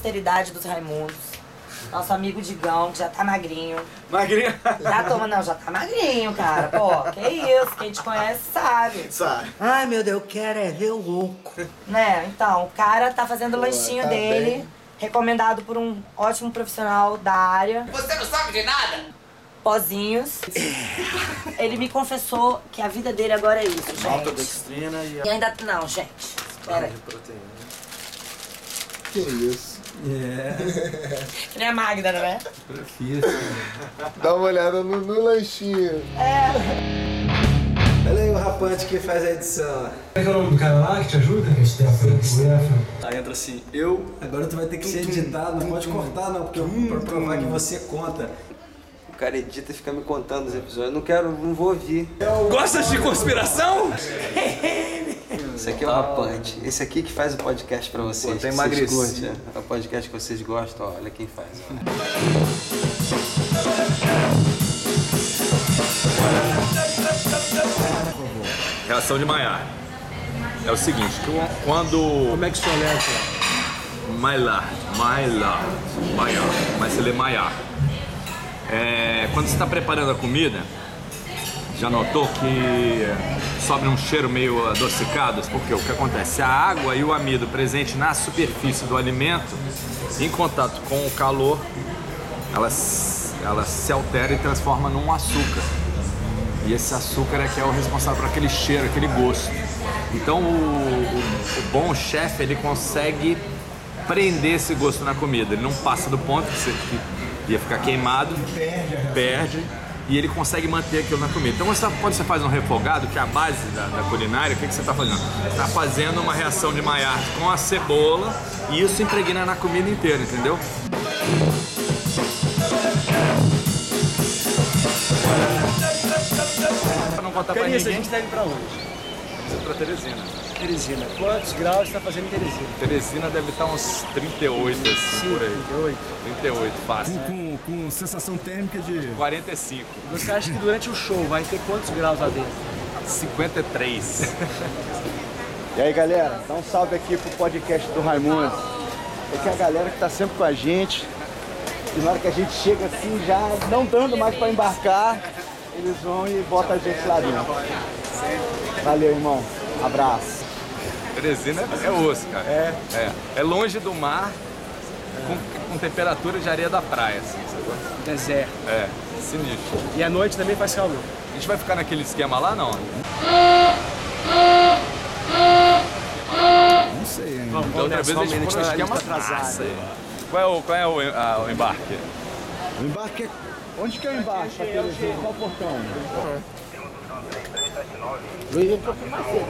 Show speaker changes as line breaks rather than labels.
comunidade dos Raimundos. Nosso amigo Digão, que já tá magrinho.
Magrinha.
Já toma, não, já tá magrinho, cara. Pô, que isso, quem te conhece sabe.
Sabe?
Ai, meu Deus, eu quero é ver o louco.
Né? Então, o cara tá fazendo o
Boa,
lanchinho
tá
dele,
bem.
recomendado por um ótimo profissional da área,
Você não sabe de nada?
Pozinhos. Ele me confessou que a vida dele agora é isso,
Alta
gente.
dextrina e
E
a
ainda. Não, gente. Pera
carne
aí.
de proteína.
Que isso?
Que nem a Magda, não
né?
é?
Dá uma olhada no, no lanchinho.
É.
Olha aí o rapante que faz a edição.
Como é que é o nome do cara lá que te ajuda? Stefan. Stefan.
Aí entra assim, eu.
Agora tu vai ter que ser editado, não pode cortar não, porque eu, pra provar que você conta.
O cara edita e fica me contando os episódios. Não quero, não vou ouvir.
Gostas de conspiração?
Esse aqui é o Rapante. Esse aqui que faz o podcast pra vocês.
Pô, tá
que
emagrecido.
Vocês curtem. É o podcast que vocês gostam, ó, olha quem faz. ó.
Reação de Maillard. É o seguinte, que quando...
Como é que soletra?
Maillard, Maillard, Maillard, mas você lê Maillard. É, quando você está preparando a comida, já notou que sobe um cheiro meio adocicado? Porque o que acontece? A água e o amido presente na superfície do alimento, em contato com o calor, ela, s- ela se altera e transforma num açúcar. E esse açúcar é que é o responsável por aquele cheiro, aquele gosto. Então o, o- o bom chefe ele consegue prender esse gosto na comida. Ele não passa do ponto que, você, que ia ficar queimado, perde e ele consegue manter aquilo na comida. Então você- quando você faz um refogado, que é a base da, da culinária, o que, que você está fazendo? Está fazendo uma reação de Maillard com a cebola e isso impregna na comida inteira, entendeu? Pra não contar pra
Carissa, a
ninguém,
gente tá indo pra onde?
isso é pra Teresina.
Teresina. Quantos graus você tá fazendo em Teresina?
Teresina deve estar uns 38, assim, por aí.
38.
38, fácil.
Com, com sensação térmica de.
45,
Você acha que durante o show vai ter quantos graus lá dentro?
53.
E aí galera, dá um salve aqui pro podcast do Raimundo. É que a galera que tá sempre com a gente, e na hora que a gente chega assim, já não dando mais pra embarcar, eles vão e botam a gente lá dentro. Valeu, irmão. Abraço.
Teresina é osso, cara. É. É, longe do mar, com, com temperatura de areia da praia, assim, sacou?
Deserto.
É, sinistro.
E à noite também faz calor.
A gente vai ficar naquele esquema lá, não?
Não sei, hein?
Vamos,
Da outra
nessa,
vez a
vamos,
gente
gente
foi no
tá- a gente
esquema
tá atrasado.
praça. Qual é o, qual é o, a- o embarque?
O embarque é... Onde que é o embarque, pra Teresina? Qual portão? Luiz entrou mais cedo.